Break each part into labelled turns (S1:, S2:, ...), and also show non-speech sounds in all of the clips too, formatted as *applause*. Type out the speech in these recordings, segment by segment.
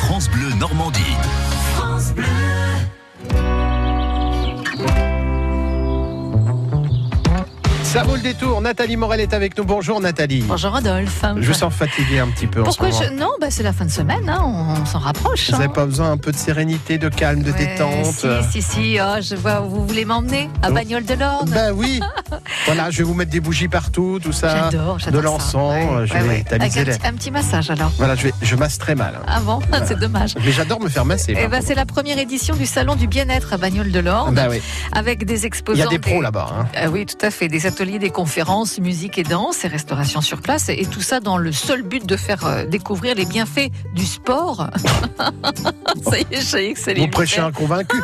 S1: France Bleu Normandie. France Bleu.
S2: Ça vaut le détour. Nathalie Morel est avec nous. Bonjour Nathalie.
S3: Bonjour Rodolphe.
S2: Je vous sens fatigué un petit peu
S3: Pourquoi
S2: en ce moment.
S3: je... Non, bah c'est la fin de semaine, hein, on, on s'en rapproche.
S2: Vous
S3: hein.
S2: n'avez pas besoin un peu de sérénité, de calme, de
S3: Ouais,
S2: détente
S3: Si, si, si, oh, je vois, où vous voulez m'emmener à
S2: Non.
S3: Bagnole de l'Orne.
S2: Ben
S3: *laughs*
S2: oui. voilà, je vais vous mettre des bougies partout, tout ça.
S3: J'adore,
S2: de
S3: j'adore. ça.
S2: l'encens,
S3: Ouais,
S2: je
S3: ouais,
S2: vais
S3: ouais. Avec
S2: tamiser
S3: un,
S2: les-
S3: petit- un petit massage alors.
S2: Voilà, je, vais, je masse très mal. hein.
S3: Ah bon, *laughs* c'est dommage.
S2: Mais j'adore me faire masser.
S3: Eh
S2: par
S3: ben, c'est la première édition du Salon du Bien-être à Bagnole de
S2: contre.
S3: l'Orne,
S2: Ben oui.
S3: avec des
S2: Il
S3: exposants.
S2: y a des pros là-bas. hein.
S3: Ah oui, tout à fait. Des ateliers, des conférences, musique et danse et restauration sur place. Et tout ça dans le seul but de faire euh, découvrir les bienfaits du sport. *laughs* ça y est, je savais que ça allait
S2: Vous
S3: me
S2: prêchez
S3: faire.
S2: un convaincu.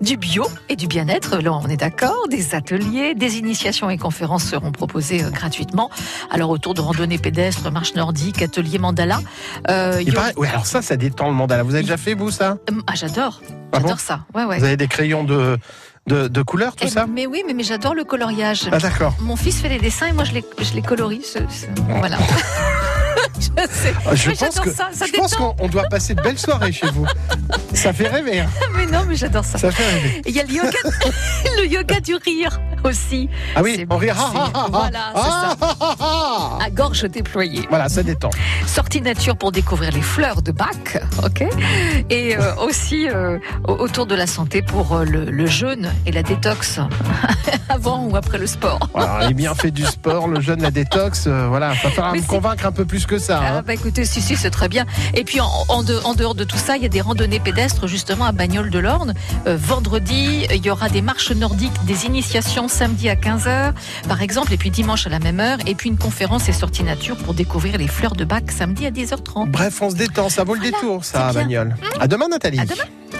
S3: Du bio et du bien-être, là on est d'accord. Des ateliers, des initiations et conférences seront proposées euh, gratuitement. Alors autour de randonnées pédestres, marches nordiques, ateliers mandala. Euh, il y
S2: Il
S3: aura-
S2: paraît- Oui, alors ça, ça détend le mandala. Vous avez déjà fait, vous, ça
S3: Hum, Ah j'adore,
S2: Ah bon
S3: j'adore ça. Ouais, ouais.
S2: Vous avez des crayons de, de, de couleur, tout
S3: Eh,
S2: ça
S3: mais oui, mais, mais j'adore le coloriage.
S2: Ah, d'accord.
S3: Mon fils fait les dessins et moi je les, je les colorie. ce- ce-
S2: *laughs*
S3: Voilà. je sais.
S2: Ah, Je
S3: Mais
S2: pense
S3: j'adore
S2: que.
S3: ça, ça
S2: Je pense
S3: détend.
S2: qu'on on doit passer de belles soirées chez
S3: *laughs*
S2: vous. Ça fait rêver, hein.
S3: Mais non, mais j'adore ça.
S2: ça fait rêver.
S3: Et Il y a le yoga, *laughs* le yoga du rire aussi.
S2: Ah oui,
S3: C'est-
S2: on rit. ah,
S3: c'est-
S2: ah, ah, ah,
S3: voilà, c'est
S2: ah, ah, ah, ah, ah.
S3: À gorge déployée.
S2: Voilà, ça détend.
S3: Sortie nature pour découvrir les fleurs de Bach, ok Et euh, aussi euh, au- autour de la santé pour euh, le, le jeûne et la détox, *laughs* avant ou après le sport.
S2: Voilà, les bienfaits du sport, le jeûne, la détox, euh, voilà, va falloir
S3: Mais
S2: me
S3: c'est-
S2: convaincre un peu plus que ça.
S3: Ah
S2: hein.
S3: bah écoutez, si, si, c'est très bien. Et puis en, en de- en dehors de tout ça, il y a des randonnées pédestres justement à Bagnoles de l'Orne. Euh, vendredi, il y aura des marches nordiques, des initiations samedi à 15h par exemple, et puis dimanche à la même heure, et puis une conférence et sortie nature pour découvrir les fleurs de Bach samedi à 10h30.
S2: Bref, on se détend, ça vaut le détour, ça,
S3: Ah. c'est bien.
S2: Bagnole. À demain, Nathalie.
S3: À demain.